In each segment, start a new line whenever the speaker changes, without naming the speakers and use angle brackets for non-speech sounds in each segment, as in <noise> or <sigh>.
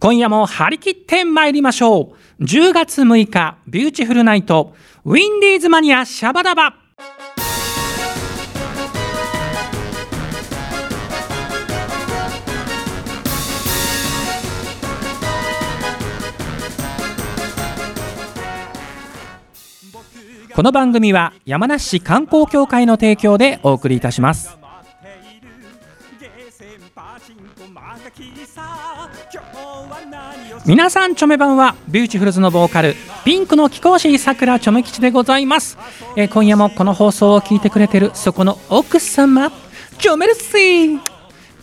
今夜も張り切って参りましょう10月6日ビューティフルナイトウィンディーズマニアシャバダバこの番組は山梨市観光協会の提供でお送りいたします皆さんチョメ版はビューティフルズのボーカルピンクの貴公子さくらチョメ吉でございますえー今夜もこの放送を聞いてくれてるそこの奥様チョメルシー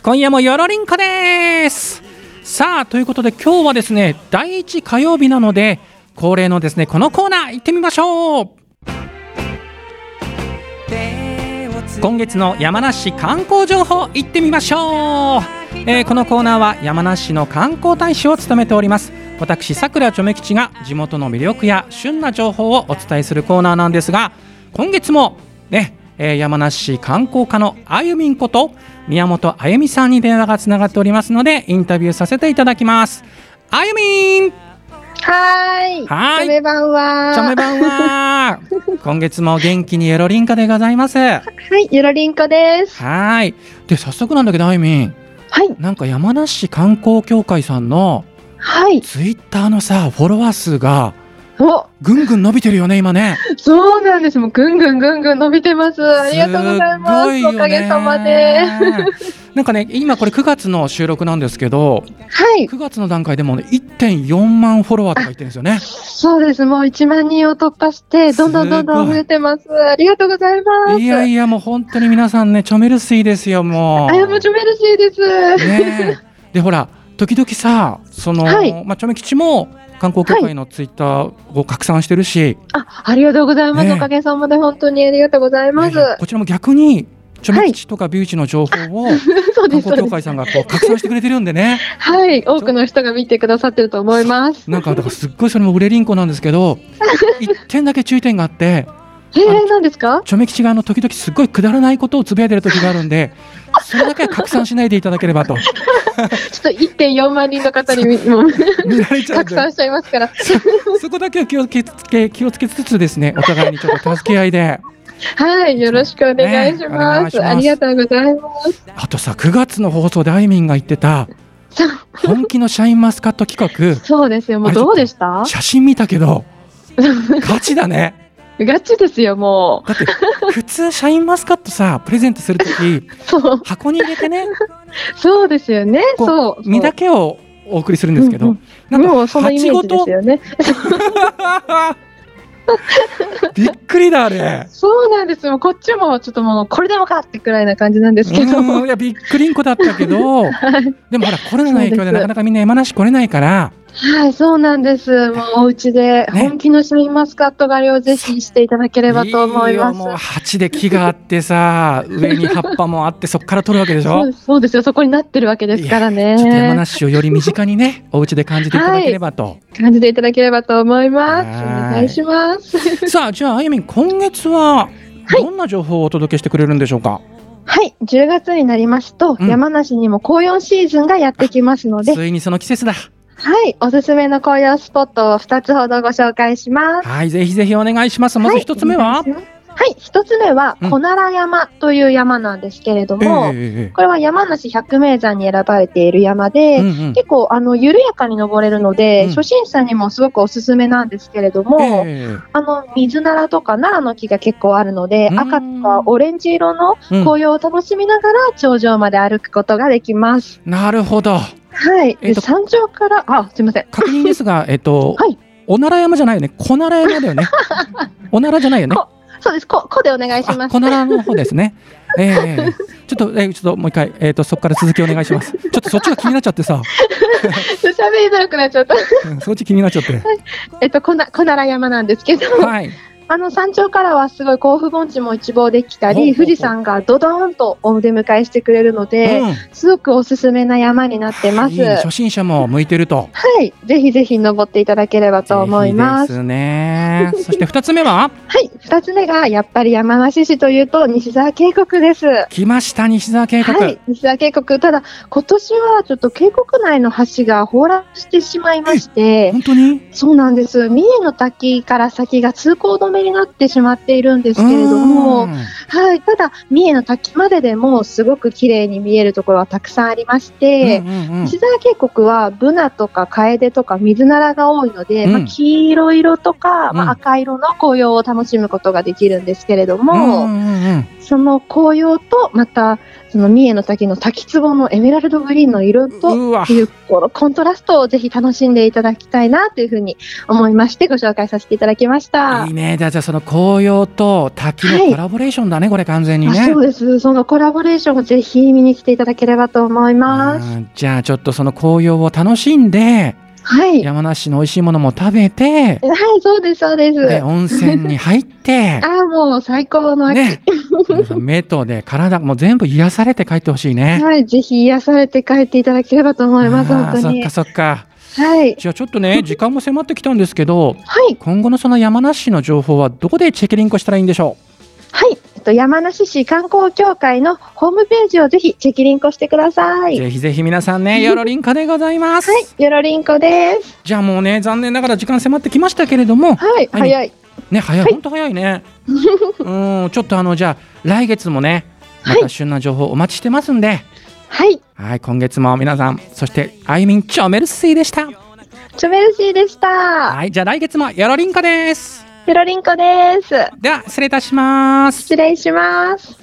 今夜もよろりんこですさあということで今日はですね第一火曜日なので恒例のですねこのコーナー行ってみましょう今月の山梨市観光情報行ってみましょう、えーこのコーナーは山梨市の観光大使を務めております私さくらちょめ吉が地元の魅力や旬な情報をお伝えするコーナーなんですが今月もね、えー山梨市観光課のあゆみんこと宮本あゆみさんに電話がつながっておりますのでインタビューさせていただきますあゆみんチ
はーい。
はーい
チョメ版は。
ョメ版は今月も元気にエロリンカでございますは
はい、ゆらりんこです。
ーいで早速なんだけどあゆみん
はい。
なんか山梨市観光協会さんの
はい。
ツイッターのさフォロワー数が
お、
ぐんぐん伸びてるよね今ね。
そうなんです。もうぐんぐんぐんぐん伸びてます。 <laughs> ありがとうございます。
ごよね
おかげさまで。。
<laughs> なんかね今これ9月の収録なんですけど
はい。
9月の段階でも、ね、1.4万フォロワーとか言ってるんですよね。
<laughs> そうです。もう1万人を突破して、どんどんどんど
す
ん
ごい
増えてます。ありがとうございます。
いやいやもう本当に皆さんねチョメルスイですよもう。
あやもちょめるしいです。
ねえでほら時々さその、
はい
まあチョメ吉も観光協会のツイッターを拡散してるし。
あ、ありがとうございます。
ねえ
おかげさまで本当にありがとうございます。
いやいやこちらも逆にチョメ吉とかビューチの情報を観
<laughs> そうです。そ
光協
うで
会
す。
さんがこう拡散してくれてるんで
<laughs>
ね
はい。多くの人が見てくださってると思います。
なんかだからすっごいそれも売れりんこなんですけど一点だけ注意点があって
えー、何ですか
チョメ吉があの時々すっごいくだらないことをつぶやいてる時があるんでそれだけは拡散しないでいただけれ
<laughs>
ばと
ちょっと1.4万人の方に <laughs> みもう
見ら
<laughs>
れちゃうん
拡
で
散しちゃいますから。
そこだけは気をつけ気をつけつつですねお互いにちょっと助け合いで
はい、よろしくお願いし
ねお願
ま
い
す。
します
ありがとうございます。
あとさ9月の放送であいみんが言ってた
そう
本気のシャインマスカット企画
そうですよ。もうどうでした
写真見たけ
<laughs>
ど勝ちだね
ガチですよ、も
だって普通シャインマスカットさプレゼントするとき
う。そう、
箱に入れてね
そうですよね。
こう
そう。
実だ
け
けをお送りするんですけど、
うん
なん
もう
か
そのイ
鉢
メー
ご
ジで
と
すよね。 <laughs>
びっくりだあれ。
そうなんですよ。こっちもちょっともうこれでもかってくらいな感じなんですけど。
うんいやびっくりんこだったけど
はい
でもほらコロナの影響
そう
です
で
なかなかみんな山梨来れないから
はい、そうなんです。もうお家で本気のシャインマスカット狩りをぜひしていただければと思い
よ
ます。
もう鉢で木があってさ上に葉っぱもあってそこから取るわけでし
そ
ょ
う。ですそうですよ。そこになってるわけですからね。
ちょっと山梨をより身近にねお家で感じていただければと。
感じていただければと思います。お
はい
願いします。
<laughs> さあじゃああゆみん今月はどんな情報をお届けしてくれるんでしょうか。
はい、10月になりますと、
うん
山梨にも紅葉シーズンがやってきますので、
ついにその季節だ。
はい、おすすめの紅葉スポットを2つほどご紹介します。
はい、ぜひぜひお願いします。まず一つ目は、
いお願いしますはい、一つ目は
うん
小奈良山という山なんですけれど
ええ
も、
えええ
これは山梨百名山に選ばれている山で、
えうんうん
結構あの緩やかに登れるので、
うん
初心者にもすごくおすすめなんですけれども、
え
あの水ならとか奈良の木が結構あるので
うん
赤とかオレンジ色の
えうん
紅葉を楽しみながら頂上まで歩くことができます。
なるほど。
はい、
えっ
で
と
山頂からあすみません
確認ですが、えっと、
はい
おなら山じゃないよね。小なら山だよ
<laughs>
ね。おならじゃないよね。
こそうですここでお願いし
あ、
ます。
小ならの方ですね。ええええちょっと、ええちょっともう一回、えっと、そこから続きお願いします。ちょっとそっちが気になっちゃってさ、
喋りづらくなっちゃった。
うんそっち気になっちゃって。
えっとこなこなら山なんですけど、
はい。
あの山頂からはすごい甲府盆地も一望できたり、富士山がどどんとお出迎えしてくれるので、
うん
すごくおすすめな山になってます。
いいね初心者も向いてると。
はい、ぜひぜひ登っていただければと思い
ぜ
ます。
ひですね。そして二つ目は
はい、二つ目がやっぱり山梨市というと西沢渓谷です。
来ました西沢渓谷。
はい、西沢渓谷。ただ今年はちょっと渓谷内の橋が崩落してしまいまして、
本当に？
そうなんです。三重の滝から先が通行止めになってしまっているんですけれども、
うん
はい、ただ三重の滝まででもすごく綺麗に見えるところはたくさんありまして、
うんうんうん
西沢渓谷はブナとかカエデとか水ならが多いので、
うん
まあ、黄色色とか、
うん
まあ、赤色の紅葉を楽しむことができるんですけれども、
うんうんうん
その紅葉とまたその三重の滝の滝壺のエメラルドグリーンの色と
うわ
っていうこのコントラストをぜひ楽しんでいただきたいなというふうに思いましてご紹介させていただきました。
いいねじゃあじゃあその紅葉と滝のコラボレーションだね、これ完全に
あ
ね
そうですそのコラボレーションをぜひ見に来ていただければと思います。
うんじゃあちょっとその紅葉を楽しんで
はい、は
山梨の美味しいものも食べて
い、そうですそうです。
で温泉に入っ
<laughs>
て
ああ、もう最高の秋。
ね皆さん目とで体もう全部癒されて帰ってほしいね。
はい、ぜひ癒されて帰っていただければと思います、
あー
本当
そっ
に
か。そっか。
はい。
じゃあちょっとね時間も迫ってきたんですけど
はい。
今後のその山梨の情報はどこでチェックリンクしたらいいんでしょ
はい。えっと、山梨市観光協会のホームページをぜひチェキリンコしてくださ
う、
い。
ぜひぜひ皆さんねよろりんかでございます、
よろりんこです。
じゃあもうね残念ながら時間迫ってきましたけれども
はい。
はい
早い。
ね早い
はい
本当早いねうんちょっとあのじゃあ来月もねま
は
た旬な情報お待ちしてますんで、はい、
はい。
今月も皆さんそしてあいみんちょめるすいでした
チョメルシーでした。
はいじゃあ来月もよろりんかです
よろりんこです。
では失礼いたします
失礼します。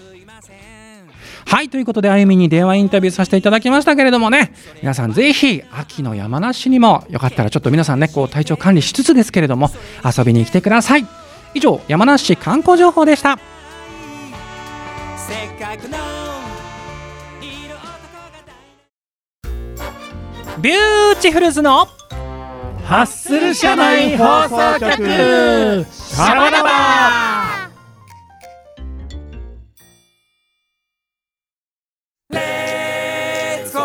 はいということであゆみに電話インタビューさせていただきましたけれどもね皆さんぜひ秋の山梨にもよかったらちょっと皆さんねこう体調管理しつつですけれども遊びに来てください以上山梨市観光情報でした
せっかくの色男が大
ビューチフルズのハッス
ル社内放送局
シャバダバ
レッツゴ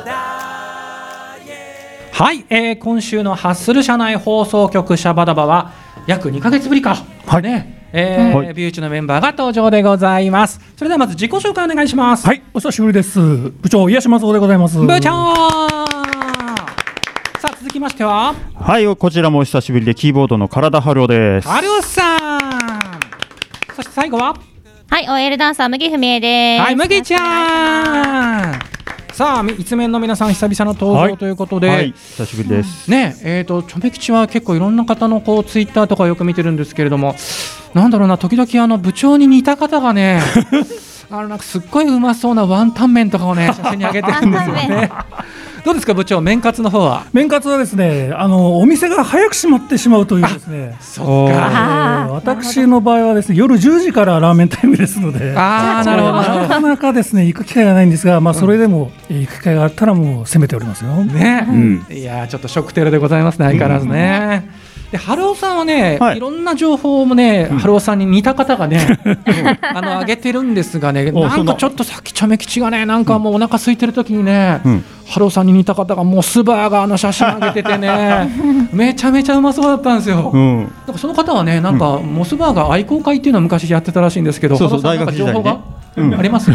ーダイエ
はい、えー今週のハッスル社内放送局シャバダバは約2ヶ月ぶりか、
はい
ねえー
はい
ビューチのメンバーが登場でございますそれではまず自己紹介お願いします
はい、お久しぶりです。部長、癒し松尾でございます。
部長さあ続きましては
はい、こちらもお久しぶりで、キーボードの体春夫です。
有吉さんそして最後は
はい、OL ダンサー、麦文枝です。
はい麦ちゃんさあみ一面の皆さん久々の登
は
場
い
ということで、
はい、久しぶりです。
ねえー、とチョメ吉は結構いろんな方のこうツイッターとかよく見てるんですけれどもなんだろうな時々あの部長に似た方
<laughs>
がねあのなんかすっごいうまそうなワンタン麺と
<laughs>
かをね写真に上げてるんですよ
ワンタン
ね。どうですか部長麺活の方は
面活はですね、あの、お店が早く閉まってしまうというですね。
そ
え
か
あ
ー
ー
私の場合はですね、夜10時からラーメンタイムですので。
あーなるほどなる
な
ほ
かなかですね、行く機会がないんですが、まあ、それでも、えー行く機会があったら、もう攻めておりますよ。
どね、
ん
いやーちょっと食テロでございますね相変わらずね。で春尾さんはね、
はい
い、ろんな情報もね、春尾さんに似た方が
<laughs>
ね、あの上げてるんですがね、
お
な
そ
ん
ん
か
な
ちょっとさっきチャメ吉がね、なんかもうお腹空いてる時にね、
うん
ハローさんに似た方がもうスバーガーの写真上げてて
<laughs>
ねめちゃめちゃうまそうだったんですよ、
うん、
なんかその方はねなんかモスバーガー愛好会っていうのは昔やってたらしいんですけど
そうそう
ハローさん
大学
なん
時代ね
か情報があります、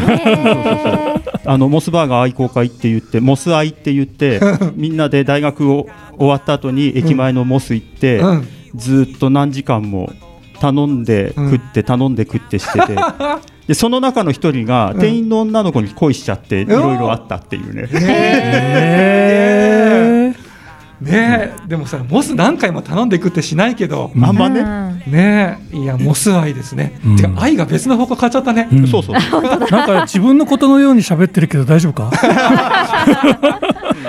あのモスバーガー愛好会って言って、モス愛って言って、みんなで大学を終わった後に駅前のモス行って、
うん
ずーっと何時間も頼んで
うん
食って、頼んで食ってしてて、でその中の一人が店員の女の子に恋しちゃって、いろいろあったっていうね。
えねえでもさモス何回も頼んでいくってしないけど
あんまね、
ねえいやモス愛ですね、
うん
てか愛が別の方向変わっちゃったね、
うん
そうそう
<laughs>
そう。
なんか自分のことのように喋ってるけど大丈夫か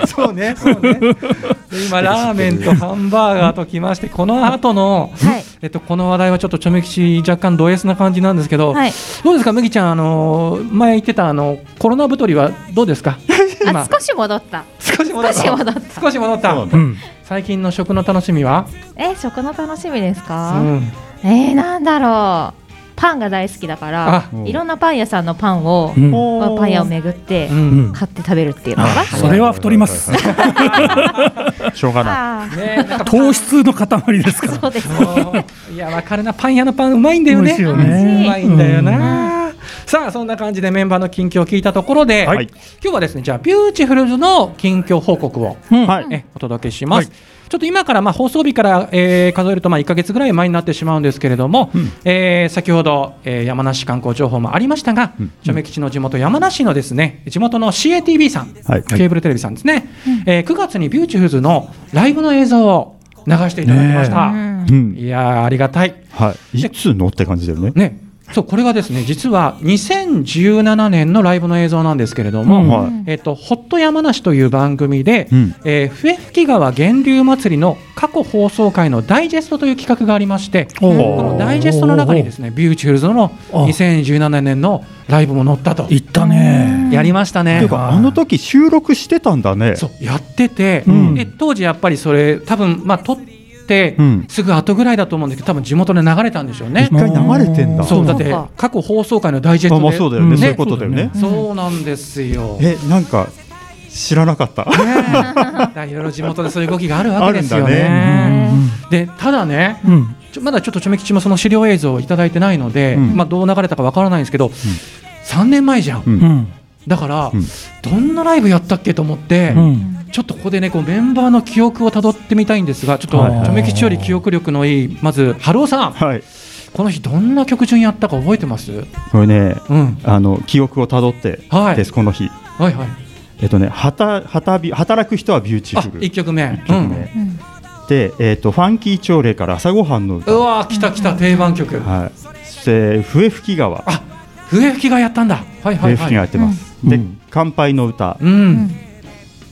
そうね、そうね。で今ラーメンとハンバーガーときまして、この後の、
はい
えっとこの話題はちょっとチョメキシ若干ド S な感じなんですけど、
はい
どうですか麦ちゃんあのー前言ってたあのコロナ太りはどうですか？
あ、少し戻った。
少し戻った。
少し戻った
少し戻った
そうなんだ
うん。
最近の食の楽しみは、
え食の楽しみです
う
か、
ん、
えー、なんだろうパンが大好きだから
あ
いろんなパン屋さんのパンを、
うん
まあパン屋を巡って
うん
買って食べるっていうのが、
それは太
<laughs>
ります。
しょうがない。
あー
ね、なんか
糖質の塊ですから。
そうですね
そう <laughs> いやわかるなパン屋のパンうまいんだよ
美
ね
味しいよ
ね
うまいんだよな、さあそんな感じでメンバーの近況を聞いたところで、
はい
今日はですねじゃあビューティフルズの近況報告を
うん
はい。
えお届けします、ちょっと今からまあ放送日から、えー数えるとまあ1か月ぐらい前になってしまうんですけれども、えー先ほど、えー山梨観光情報もありましたが、チョメ吉の地元山梨のですね地元の CATV さん、
はい
ケーブルテレビさんですね、えー9月にビューチフルズのライブの映像を流していただきました、
うん。
いやーありがたい
はい。いつのって感じだよね。
ねそうこれがですね実は2017年のライブの映像なんですけれども、
うん
は
えっと、ホット山梨という番組で、
うん
えー笛吹川源流祭りの過去放送回のダイジェストという企画がありまして、このダイジェストの中にですね、ビューチュールズの2017年のライブも載ったと。
行ったね。
やりました
い。
ね
て。かあの時収録してたんだね。
そうやってて、
うん
で当時やっぱりそれ多分まあ撮って
うん
すぐ後ぐらいだと思うんですけど、多分地元で流れたんでしょうね
一。回流れてんだ。
そうだっ
そう
て
か
過去放送回のダイジェス
あ、
ト
まあ
で、
そうだよね。
うん
そういうことだよね。
そうなんですよ。
え、なんか知らな
<laughs>
かった。
ねえだからいろいろ地元でそういう動きがあるわけですよ
あるんだ
ね。でただね、
うん。
ちょまだちょっとチョメ吉もその資料映像をいただいてないので、
うん
まあ、どう流れたかわからないんですけど、3年前じゃん、
うん
うん。
だから、
うん
どんなライブやったっけと思って、
うん。
ちょっとここでねこうメンバーの記憶をたどってみたいんですがちょっと
はいはい
チョメ吉より記憶力のいいまず春尾さん
はい。
この日どんな曲順やったか覚えてます、うん、
これね、
はい
あの記憶をたどって
はい
ですこの日。
はい
えっとね、はたはたび働く人はビューチ
あ
フル。
1曲目
一曲目で、えっとファンキー朝礼から朝ごはんの
うん、
歌。
うわー来た来た定番曲、
はい。そして笛吹き川。
あ笛吹きがやったんだはいはい
笛吹
は
きがや
い
ってます。
うん
で
うん、
乾杯の歌
う。ん、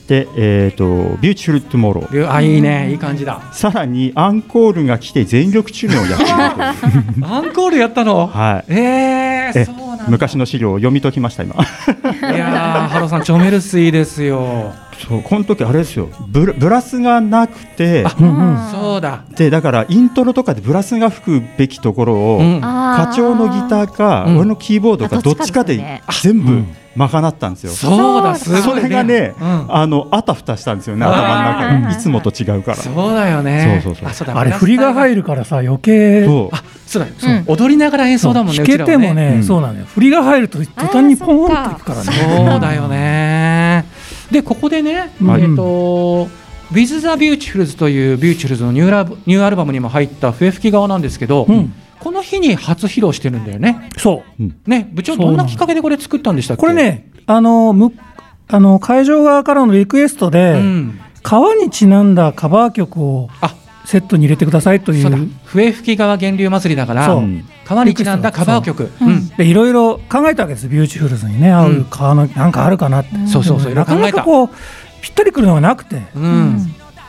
で、えっとビューチフルトゥモロー。
あいいねいい感じだ
さらにアンコールが来て全力注入をやっているという
<laughs> アンコールやったの
はい
えー、
え
そうなんだ
昔の資料を読み解きました今
いやー、ハロさん、チョメルスいいですよ。
そうこの時あれですよブラブラスがなくて
あそうだ。
でだからイントロとかでブラスが吹くべきところを、
うん。
課長のギターか、
うん
俺のキーボードか
あ
どっ
どっ
ち
ち
か
か
で
ですね
全
う
部
ん
賄ったんですよ。
そうだ、すごい、ね。
それがね、
うん。
あのあたふたしたんですよね頭の中
あ
に
ー
いつもと違うから。
そうだよね。
そうそうそう
あ、そうだ。
あれ振りが入
る。
るからさ余計。
そう
あ、そうだ。
うん
踊りながら演奏だもんね。
弾けても
うちらは。
う
ね、
ん
そうなのよ。振りが入ると途端にポーンといくからね。
そうだよね。で、ここでね、
はい
えっと。With the Beautifuls というビューチフルズのニューラブニューアルバムにも入った笛吹き側なんですけど、
うん
この日に初披露してるんだよね。
そう。
ね、部長
そ
ど
うなんの
なきっかけでこれ作ったんでしたっけ？
これ、ね、あの、む、あの、会場側からのリクエスト
う
で、
ん、
川にちなんだカバー曲を
あ、
セットに入れてくださいとい
そうだ
う。
笛吹き川源流祭りだから
そう
うん
川にちなんだカバー曲そう,、ん
でいろいろ考えたわけですビューティフルズにね合う川のなんかあるかなって、
そうそうそういろ
な
ろ考
いかな
えた
かこうぴったりくるのがなくて
うん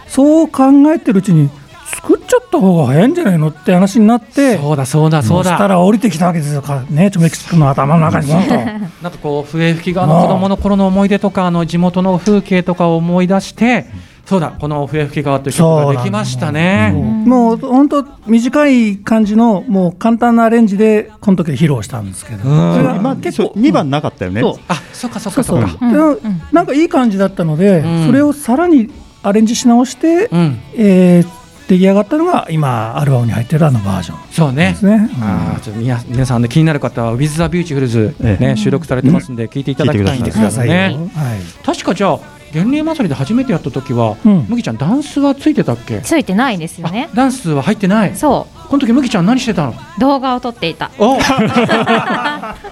そう考えてるうちに作っちゃった方が早いんじゃないのって話になって
そうだそうだそう
した
だ
ら降りてきたわけですよかねチョメキス君の頭の中にもんと
なんかこう笛吹き川の子供の頃の思い出とかあの地元の風景とかを思い出してそうだこの笛吹き川という曲
そう
が
だ
できました
そう
ね
もう本当短い感じのもう簡単なアレンジでこの時は披露したんですけど、
うん
それが
今
結構
2番なかったよね。 <laughs>
そう
あそっかそっか
そうそ
そうっか
でなんかいい感じだったので、
うん
それをさらにアレンジし直して、
うん
えー出来上がったのが今アルバムに入ってるあのバージョン
そうね
ですね。
あーちょっと皆皆さんね気になる方は With the Beautifuls
ええ
ね収録されてますんで聞いていただきたいんですけど
聞いてください
ね
はい。
確かじゃあ源流祭りで初めてやった時は
うん
麦ちゃんダンスはついてたっけ
ついてないんですよね
あダンスは入ってない
そ
この時麦ちゃん何してたの
う動画を撮っていた
お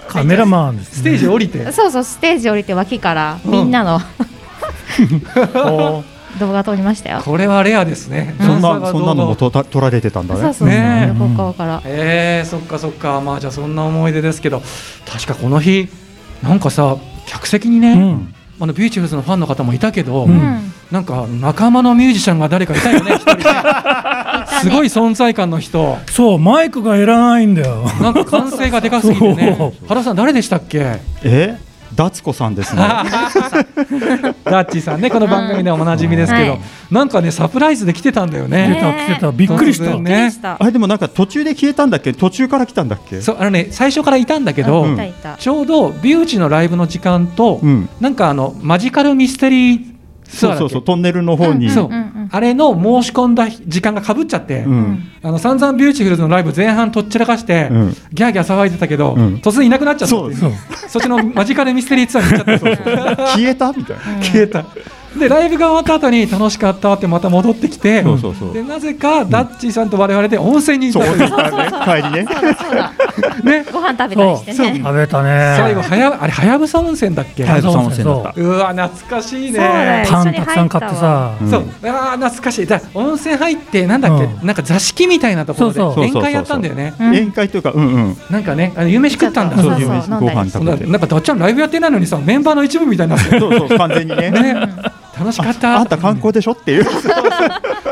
カメラマンです、ね。
ステージ降りて
そうそうステージ降りて脇から
うん
みんなの、 <laughs>
おー
動画撮りましたよ
これはレアですね
そん
ダンサーが
なそんなの
どう
も
ぞ
と取られてたんだ
そう
ね。
そうそう、
ね
横川から
えー、そっかそっかまあじゃあそんな思い出ですけど確かこの日なんかさ客席にね、
うん。
あのビューチフルズのファンの方もいたけど、
うん
うん
なんか仲間のミュージシャンが誰かいたよね一
<laughs>
人ねすごい存在感の人
そうマイクがいらないんだよ。
なんか歓声がでかすぎてね
そう
原さん誰でしたっけ
えダツコさんですね。
ダッチさんねこの番組でおなじみですけど、
はい
なんかねサプライズで来てたんだよ
来て
ね。
た来てたびっくりした、
突然
びっく
ね
りした。
あれでもなんか途中で消えたんだっけ途中から来たんだっけ
そうあのね最初からいたんだけど、
うん
いたいた。
ちょうどビューチのライブの時間と、
うん
なんかあのマジカルミステリーツアーだ
そ
っ
う
け
そうそうトンネルの方に
そう
うんうん
あれの申し込んだ時間がかぶっちゃって、
うん
あの散々ビューティフルズのライブ前半とっちらかして、
うん
ギャーギャー騒いでたけど、
うん
突然いなくなっちゃったってい
そう
そっちのマジカルミステリーツアーに行っち
<laughs>
ゃった
消えたみたいな。
消えたでライブが終わった後に楽しかったってまた戻ってきて
そうそうそう
でなぜかダッチーさんと我々で温泉に行
そう
ったという
帰りね。
そうだそうだ。
ね
ご飯食べたりして
そう
ね。
食べたね
最後はやあれはやぶさ温泉だっけ、
はやぶさ温泉だった
そう
うわ懐かしい
そうだ
ね
よ
パンたくさん買ってさ
うん
そうあー懐かしいだから温泉入ってなんだっけ、
う
なんか座敷みたいなところで
そうそう
宴会やったんだよね
うん
宴会というか、うんうん。
なんかねあの夢食ったんだ
そう
そ
そうう
いう
飲んだ
ご
り
飯食
な
べ
ん
て
か。なんかどっちゃんライブやってないのにさメンバーの一部みたいになってる
そうそう完全にね。
ね楽しかった
あんた観光でしょっていう。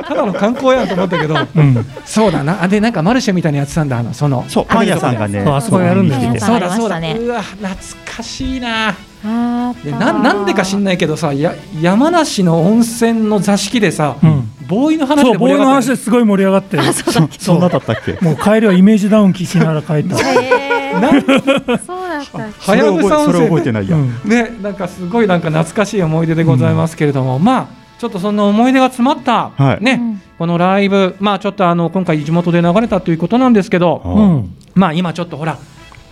ただの観光やんと思ったけど
うん
そうだなあでなんかマルシェみたいなやつなんだあのその
そうパン屋さんがね。
そうあそこやるんだよ
見に来てて
パ
そ
ン
う
屋
だ
さん
そうだ
ありましたね
うわ懐かしいな
あ
でななんでか知ん
ない。
ないけどさや山梨の温泉の座敷でさ、
うん
ボーイの話
そ
で
うボ
盛り
ーイ
上
の
がった
話で
よ
すごい盛り上がって
そう
そんなだったっけ。
<laughs> もう帰りはイメージダウン聞きながら帰った
だ。へーそうだった。
はやぶさ温
それ覚えそれ覚え
泉
てないや。
うん
ねなんかすごいなんか懐かしい思い出でございますけれども、まあちょっとそんな思い出が詰まった、
はい
ね、
うん
このライブまあちょっとあの今回地元で流れたということなんですけど、
あ
うん
ー
まあ今ちょっとほら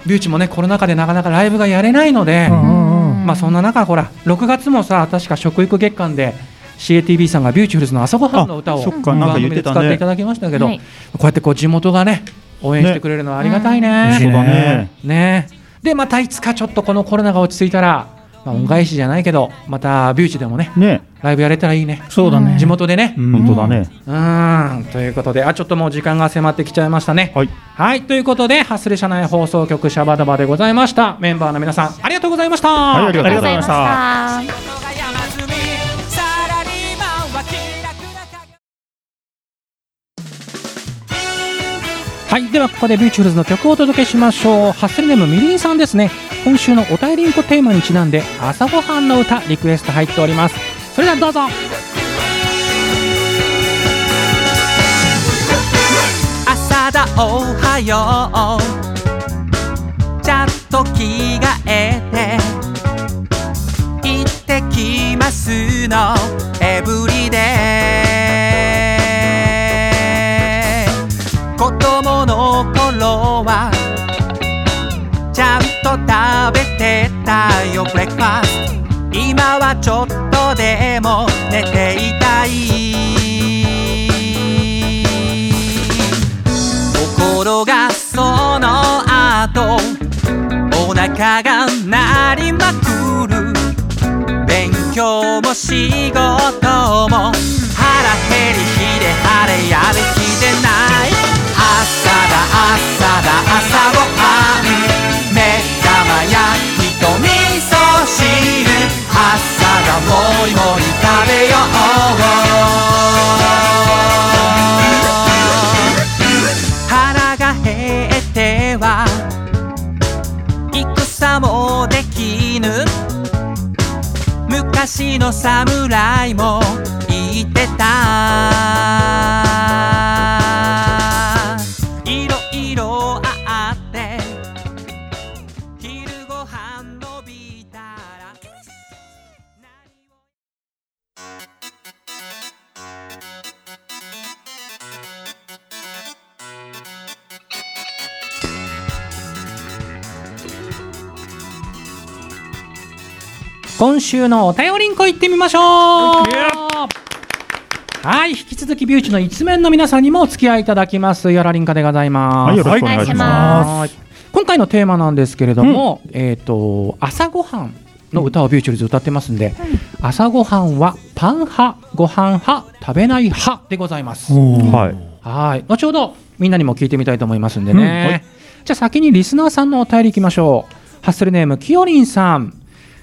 ビューチもねコロナ禍でなかなかライブがやれないので、
うんうんうん
まあそんな中ほら6月もさ確か食育月間で CATB さんがビューチフルズの朝ごはんの歌
あ
を
そっかなん
番
か言
組で
って
使
たね
っていただきましたけど、
はい
こうやってこう地元がね応援してくれるのはありがたいね。
うん
そうだね。
ねでまたいつかちょっとこのコロナが落ち着いたら、まあ、恩返しじゃないけどまたビューチでもね
ね。
ライブやれたらいいね
そうだね
地元でね。う
本当だね。
ーんということであちょっともう時間が迫ってきちゃいましたね。
はい。
はいということでハッスル社内放送局シャバダバでございましたメンバーの皆さんありがとうございました。
はいありがとうございました。
た。
事が山積みサラリーマンは気楽な家業
はい、ではここでビューチュールズの曲をお届けしましょう。ハッセルネームみりんさんですね。今週のお便りんこテーマにちなんで、朝ごはんの歌リクエスト入っております。それではどうぞ。
朝だおはようちゃんと着替えて行ってきますのエブリデイ子供の頃はちゃんと食べてたよブレックファースト今はちょっとでも寝ていたいところがその後お腹が鳴りまくる勉強も仕事も腹減りひで晴れやる気でない朝だ朝だ朝ごはん目玉焼きと味噌汁朝だもりもり食べよう腹が減っては戦もできぬ昔の侍も言ってたいろいろあって昼ご飯のびたら
今週のお便りんこ行ってみましょう。はい、引き続きビューチの一面の皆さんにもお付き合いいただきます。やらりんかでございます。
はいよろしくお願いしま
はい今回のテーマなんですけれども、えっ、と朝ごはんの歌をビューチュルズ歌ってますんで、朝ごはんはパン派、ご飯派、食べない派でございます。
す。
は
はい。
はい、後ほどみんなにも聞いてみたいと思いますんでね。
うん
はい
じゃあ先にリスナーさんのお便りいきましょう。ハッスルネームきよりんさん、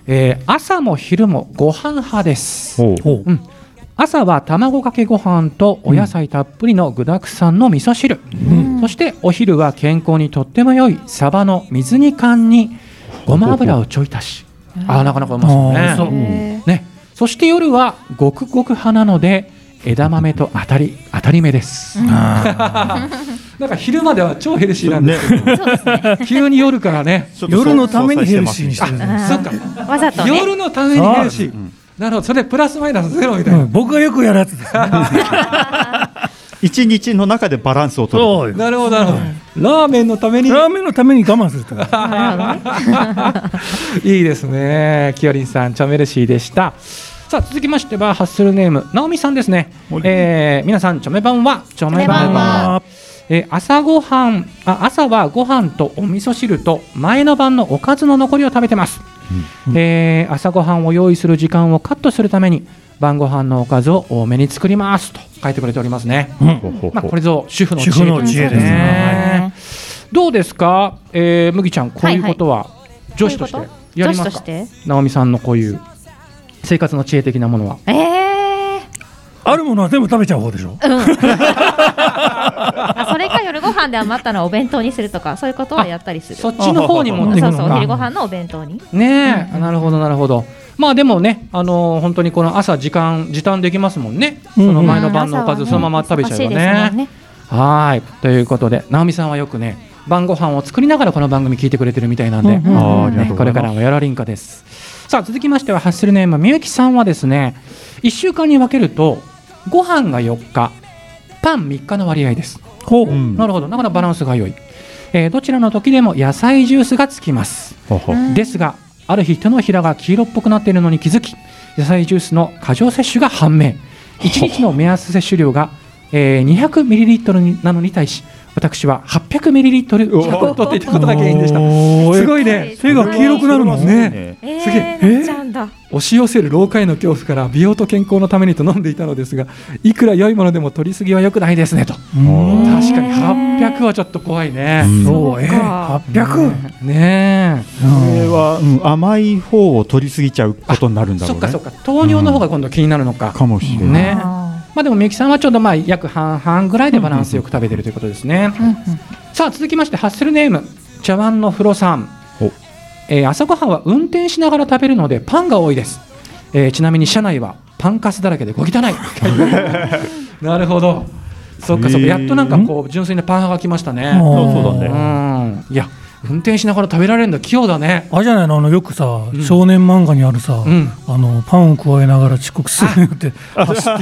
えー朝も昼もご飯派です。
おう
おう
うん朝は卵かけご飯とお野菜たっぷりの具沢山の味噌汁、
ん
そしてお昼は健康にとっても良いサバの水煮缶にごま油をちょい足しあーなかなかうまそう
あー
ね
そうん
ねそして夜はごくごく派なので枝豆と当たり当たり目です <laughs> なんか昼までは超ヘルシーなんで、急に夜からね
ちょっと
夜のためにヘルシーにしてるんです
そっか
わざとね。
夜のためにヘルシー、なるほどそれプラスマイナスゼロみたいな、
うん僕がよくやる
<laughs>
やつですね。
一日の中でバランスを取る
そうよ
なるほどなるほど、ラーメンのために
ラーメンのために我慢するってこ
<laughs>
と
いいですね。きよりんさん、チョメルシーでした。さあ、続きましては、ハッスルネーム、なおみさんですね。えー、皆さん、チョメ版は、チョメ版
チョメ版
は。えー朝ごはんあ朝はご飯とお味噌汁と前の晩のおかずの残りを食べてます、えー朝ごはんを用意する時間をカットするために晩ご飯のおかずを多めに作りますと書いてくれておりますね、
ほうほう
まあ、
ほう
これぞ主婦の知恵
主婦の知恵です
ね
ね。
どうですか、えー、麦ちゃん、こういうことは女子として
こういうこと
やりま
女
すか
子として。
直美さんのこういう生活の知恵的なものは。
ええ
あるものは全部食べちゃう方でしょ。
<laughs>
うん。あそれか夜ご飯で余ったのをお弁当にするとかそういうことはやったりする。
そっ
そ
ちの方に持っ
う
てくの
そうお
か
昼。ご飯のお弁当に。
ねえ、なるほどなるほど。まあでもね、あのー本当にこの朝時間時短できますもんね。そ
うんうん
の前の晩のおかずそのまま食べちゃえばね。
ね。
はーいということで直美さんはよくね晩ご飯を作りながらこの番組聞いてくれてるみたいなんで、
うんうん
あーありがとう
ねこ
ござ
れ
います
からもやらりんかですさあ続きましてはハッスルネームみゆきさんはですね1週間に分けるとご飯が4日パン3日の割合です
ほう。
うん
なるほどだからバランスが良い、えーどちらの時でも野菜ジュースがつきます
ほうほう
ですがある日手のひらが黄色っぽくなっているのに気づき野菜ジュースの過剰摂取が判明1日の目安摂取量が、えー、200ml になのに対し私は 800ml 弱を取っていたことが原因でした
おー
すごいね
手が黄色くなるもんね。
ね
え
すげえ
えー、なっちゃうんだ。
押し寄せる老化への恐怖から美容と健康のためにと飲んでいたのですがいくら良いものでも取りすぎは良くないですねと
うん
確かに800はちょっと怖いね、
そうえ
か
八百。
ねえ
これは、うん甘い方を取りすぎちゃうことになるんだろ
そうっ
ね
かそっか糖尿の方が今度気になるのか、
かもしれない、
ねまあでもみゆきさんはちょうどまあ約半々ぐらいでバランスよく食べてるということですね、さあ続きましてハッスルネーム茶碗の風呂さん
お、
えー朝ごはんは運転しながら食べるのでパンが多いです、えーちなみに車内はパンカスだらけで
<laughs>
ご汚いなるほどそっかそっか
へー
やっとなんかこう純粋なパン派が来ましたね
あー
そうだ
う
ね
んいや運転しながら食べられるんだ器用だね
あれじゃないのあのよくさ
うん
少年漫画にあるさ
うん
あのパンを加えながら遅刻するよって走っ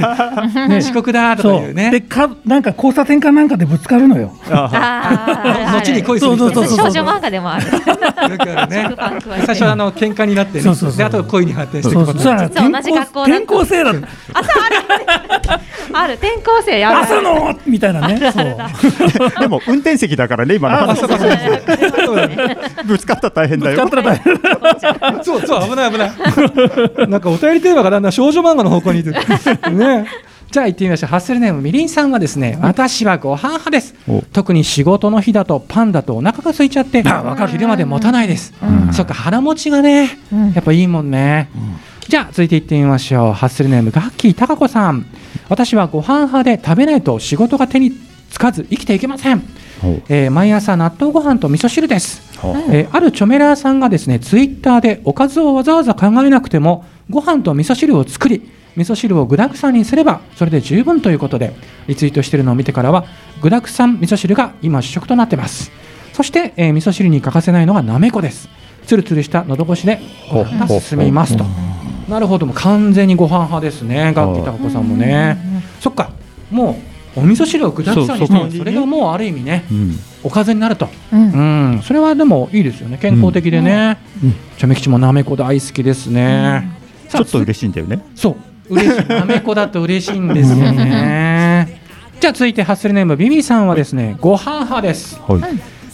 て
ね遅刻だとか
そ
いう
う
ね
でかなんか交差点かなんかでぶつかるのよ。
あー
後に恋する人
そうそうそ
少
う
女漫画で
<laughs>
もある。
だからね
食パン加えて
最初はあの喧嘩になってね
そうそうそう
であと恋に発展してい
そ
く
う
こ
そう
と
そうやな
実は同じ学校だった
転校生だった
ある転校生やる。
朝のみたいなね。そう
でも運転席だからね今の
そうそうそうそうだね
ぶつかったら大変だ
ぶつか
よ
ったら大変
そうそう危ない危 <laughs> ない。なんかお便りテーマがだんだん少女漫画の方向にいってる <laughs> ね。じゃあ行ってみましょう。ハッスルネームみりんさんはですね、私はご飯派です
お。
特に仕事の日だとパンだとお腹が空いちゃって、昼まで持たないです。そっか腹持ちがね、やっぱいいもんね。じゃあ続いて行ってみましょう。ハッスルネームガッキータカ子さん。私はご飯派で食べないと仕事が手につかず生きていけません。えー毎朝納豆ご飯と味噌汁です、
ほう
えーあるチョメラーさんがですねツイッターでおかずをわざわざ考えなくてもご飯と味噌汁を作り味噌汁を具だくさんにすればそれで十分ということでリツイートしているのを見てからは具だくさん味噌汁が今主食となってますそして、えー味噌汁に欠かせないのがなめこですつるつるした喉越しでご飯が進みますとなるほどもう完全にご飯派ですね楽器高子さんもねそっかもうお味噌汁を具だくさんにし
そうそう
てそれがもうある意味ね
うん
おかずになると、
う。
うんんそれはでもいいですよね健康的でね、
うん
ちょめきちもなめこ大好きですね、
ちょっと嬉しいんだよね
そう嬉
<laughs>
しいなめこだと嬉しいんですよねじゃあ続いてハッスルネームビビさんはですねご飯派です、
はい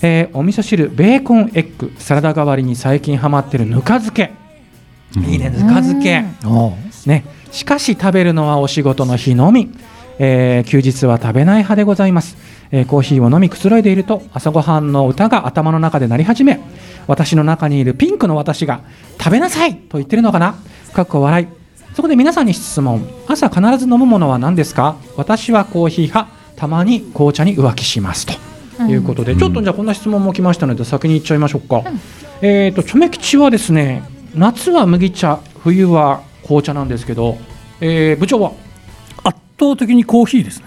えーお味噌汁ベーコンエッグサラダ代わりに最近ハマってるぬか漬けいいねぬか漬けね、しかし食べるのはお仕事の日のみ、えー休日は食べない派でございます、えーコーヒーを飲みくつろいでいると朝ごはんの歌が頭の中で鳴り始め私の中にいるピンクの私が食べなさいと言ってるのかなかっこ笑いそこで皆さんに質問朝必ず飲むものは何ですか私はコーヒー派たまに紅茶に浮気しますということで、ちょっとじゃあこんな質問も来ましたので先に言っちゃいましょうか、えっ、とチョメ吉はですね夏は麦茶冬は紅茶なんですけど、えー部長は
圧倒的にコーヒーですね。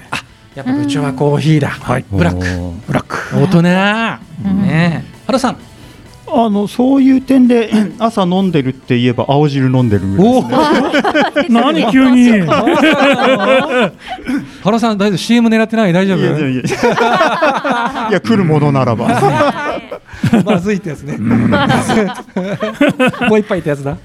やっぱ部長はコーヒーだ、はい、ブラック
おー
ブラック大人、ねえ原さ <laughs> ん
あのそういう点で朝飲んでるって言えば青汁飲んでるぐらいですね
何急に。
原さん大丈夫 CM 狙ってない大丈
いやいや
夫
いやいや来るものならば
まずいってやつねもう一杯ってやつだ、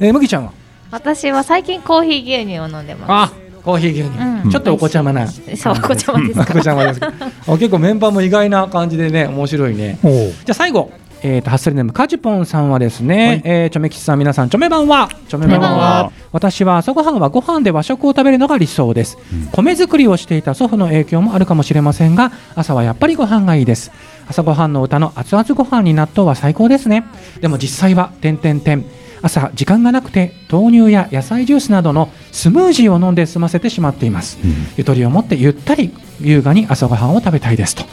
えー、麦ちゃんは
私は最近コーヒー牛乳を飲んでます。
あコーヒー牛乳、
うん
ちょっとお子ちゃま <laughs> な
そう、お子ちゃまです
お
か。
子ちゃまですけどあ結構メンバーも意外な感じでね面白いね
おう
じゃあ最後、えー、とハッスルネームカジポンさんはですね、えー、チョメ吉さん皆さんチョメ版はチョメ版
チョメ版
は
は
私は朝ごはんはご飯で和食を食べるのが理想です、米作りをしていた祖父の影響もあるかもしれませんが朝はやっぱりご飯がいいです朝ごはんの歌の熱々ご飯に納豆は最高ですねでも実際は点々点朝時間がなくて豆乳や野菜ジュースなどのスムージーを飲んで済ませてしまっています、ゆとりを持ってゆったり優雅に朝ごはんを食べたいですと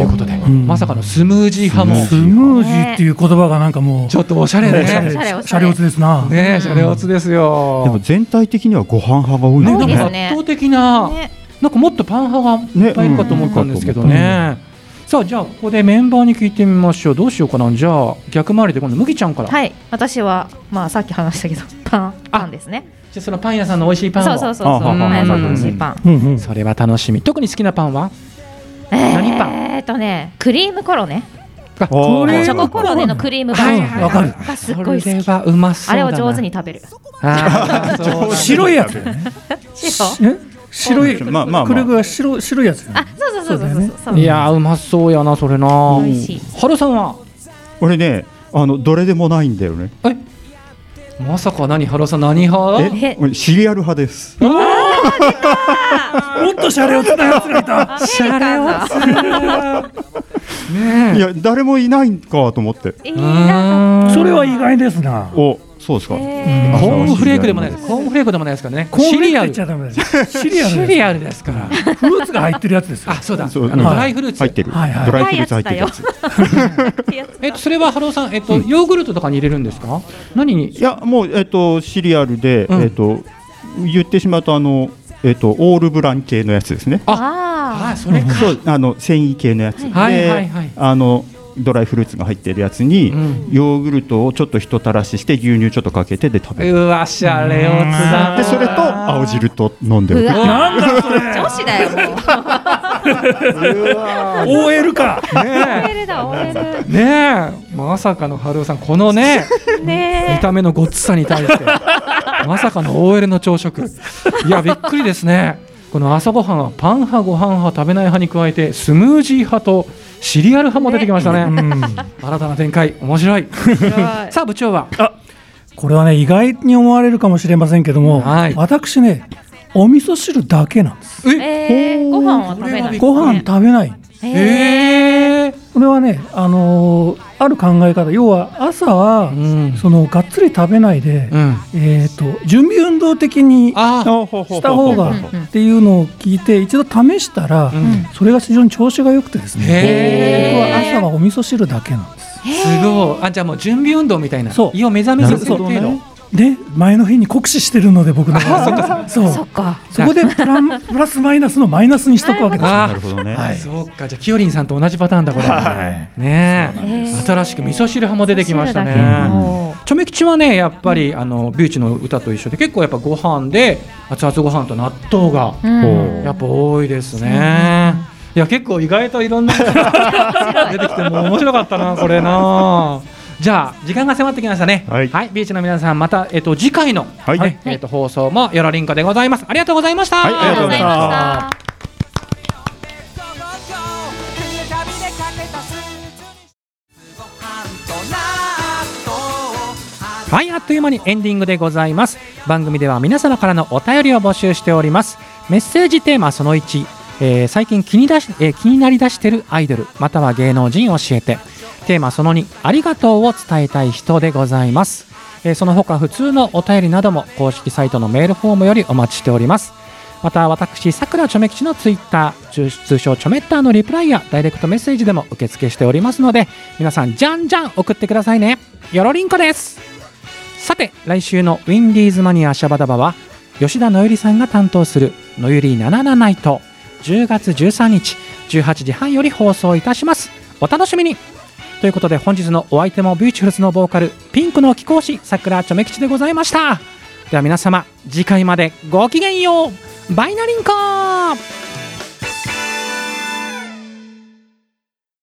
いうことで、
ん
まさかのスムージー派も
スムージーっていう言葉がなんかもう。
ちょっとおしゃれ
おし
ね。
ゃれおし
車
ゃれ
両つですな。
ねえ、シャレオツですよ。
でも全体的にはご飯派が多い
なんか
です
多いです
ね <laughs>
ね
圧倒的な、
ね
なんかもっとパン派がいっぱいいるかと思ったんですけどね。さあ、じゃあ、ここでメンバーに聞いてみましょう。どうしようかな。じゃあ、逆回りで今度、麦ちゃんから。
はい、私は、まあ、さっき話したけど、 <laughs> パン、パンですね。
じゃあ、そのパン屋さんの美味しいパンを。
そうそうそうそう、
あはは
は
パン屋さんの美味しいパン。
うんうん。
それは楽しみ。特に好きなパンは何パン
えーっとね、クリームコロネ。
あ
こ
チ
れ
ョココロネのクリームパ
はい
ン
はい
わかる。
がすっごい
それ
好き。
はうまそう
あれ
だな
を上手に。食べる。
あーそうだね
白いやつ。
白
え白い。
まあまあまあ
これが白い白いやつよね。
あ、そうそうそうそうそうそう。
いやー、うまそうやな、それな。
美味しい
ハルさんは
俺ねあのどれでもないんだよね
えまさか何、ハルさん、何派 <laughs>
え俺シリアル派です
もっと車両つなやつがいた。
シャレオツ
い
ね
や誰もいないんかと思って
いいな。
え
それは意外ですな。
おそうですか
え
コーンフレークでもないですコーンフレークでもないですからね
コーンフレー
ア
ク
ル
っちゃ
シ
ダメです。シリアルです。
リアルですから
フルーツが入ってるやつですよ
あ。そうだあ
そう
の
うん
ドライフルーツ
入ってるド
はいはい
ライフルーツ入ってるやつ
えっとそれはハローさんえっとヨーグルトとかに入れるんですか何に
いやもうえっとシリアルで
うん
えっと言ってしまうとあのえっとオールブラン系のやつですね
あ
あそれか
そうあの繊維系のやつで
はいはいはい
あのドライフルーツが入ってるやつに
うん
ヨーグルトをちょっとひとたらしして牛乳ちょっとかけてで食べる
うわシャレオツだな
でそれと青汁と飲んで
ーう
る
わ
なんだそれ。
女子だよもう
OL か。
ね
OL だ OL
えねえまさかのハローさんこのね見
ね
た目のごっつさに対してまさかの OL の朝食いやびっくりですねこの朝ごはんはパン派ご飯派食べない派に加えてスムージー派とシリアル派も出てきましたね
うん
新たな展開面白い
えはい
さあ部長は
これはね意外に思われるかもしれませんけども、
はい
私ねお味噌汁だけなんです
えーご飯は食べない
ご飯食べない
えー
これはねあのーある考え方要は朝
う
は、
ん
そのがっつり食べないで、
うん
えっ、と準備運動的に
あ
した方がっていうのを聞いて一度試したら、
ん
それが非常に調子が良くてですね僕
へ
は朝はお味噌汁だけなんです
すごいあじゃあもう準備運動みたいな
そう
胃を目覚めさせる
なる
程
ほ
度、
で前の日に酷使してるので僕の場合そう
そっか
そこでプランプラスマイナスのマイナスにしとくわけですよ。
あ
なるほどね
あそうかじゃあきよりんさんと同じパターンだこれ、ねえ新しく味噌汁派も出てきましたね
味噌汁だけも
チョメ吉はねやっぱりあのビューチの歌と一緒で結構やっぱご飯で熱々ご飯と納豆が
うん
やっぱ多いですね。いや結構意外といろんな
<laughs>
出てきても面白かったなこれな。じゃあ時間が迫ってきましたね。
はい
ビーチの皆さんまたえっと次回の、
はい
ねえっと放送もよろりんこでございます。ありがとうございました。
はいありがとうございました
あ
はい、あっという間にエンディングでございます。番組では皆様からのお便りを募集しております。メッセージテーマその1、えー最近気にだし、えー気になりだしてるアイドル、または芸能人を教えて。テーマその2、ありがとうを伝えたい人でございます。えーその他、普通のお便りなども公式サイトのメールフォームよりお待ちしております。また私、さくらちょめ吉のツイッター、通称ちょめったーのリプライやダイレクトメッセージでも受付しておりますので、皆さん、じゃんじゃん送ってくださいね。よろりんこです。さて来週のウィンディーズマニアシャバダバは吉田のゆりさんが担当する「のゆり77ナイト」10月13日18時半より放送いたしますお楽しみにということで本日のお相手もビューチフルスのボーカルピンクの貴公子さくらちょめ吉でございましたでは皆様次回までごきげんようバイナリンコ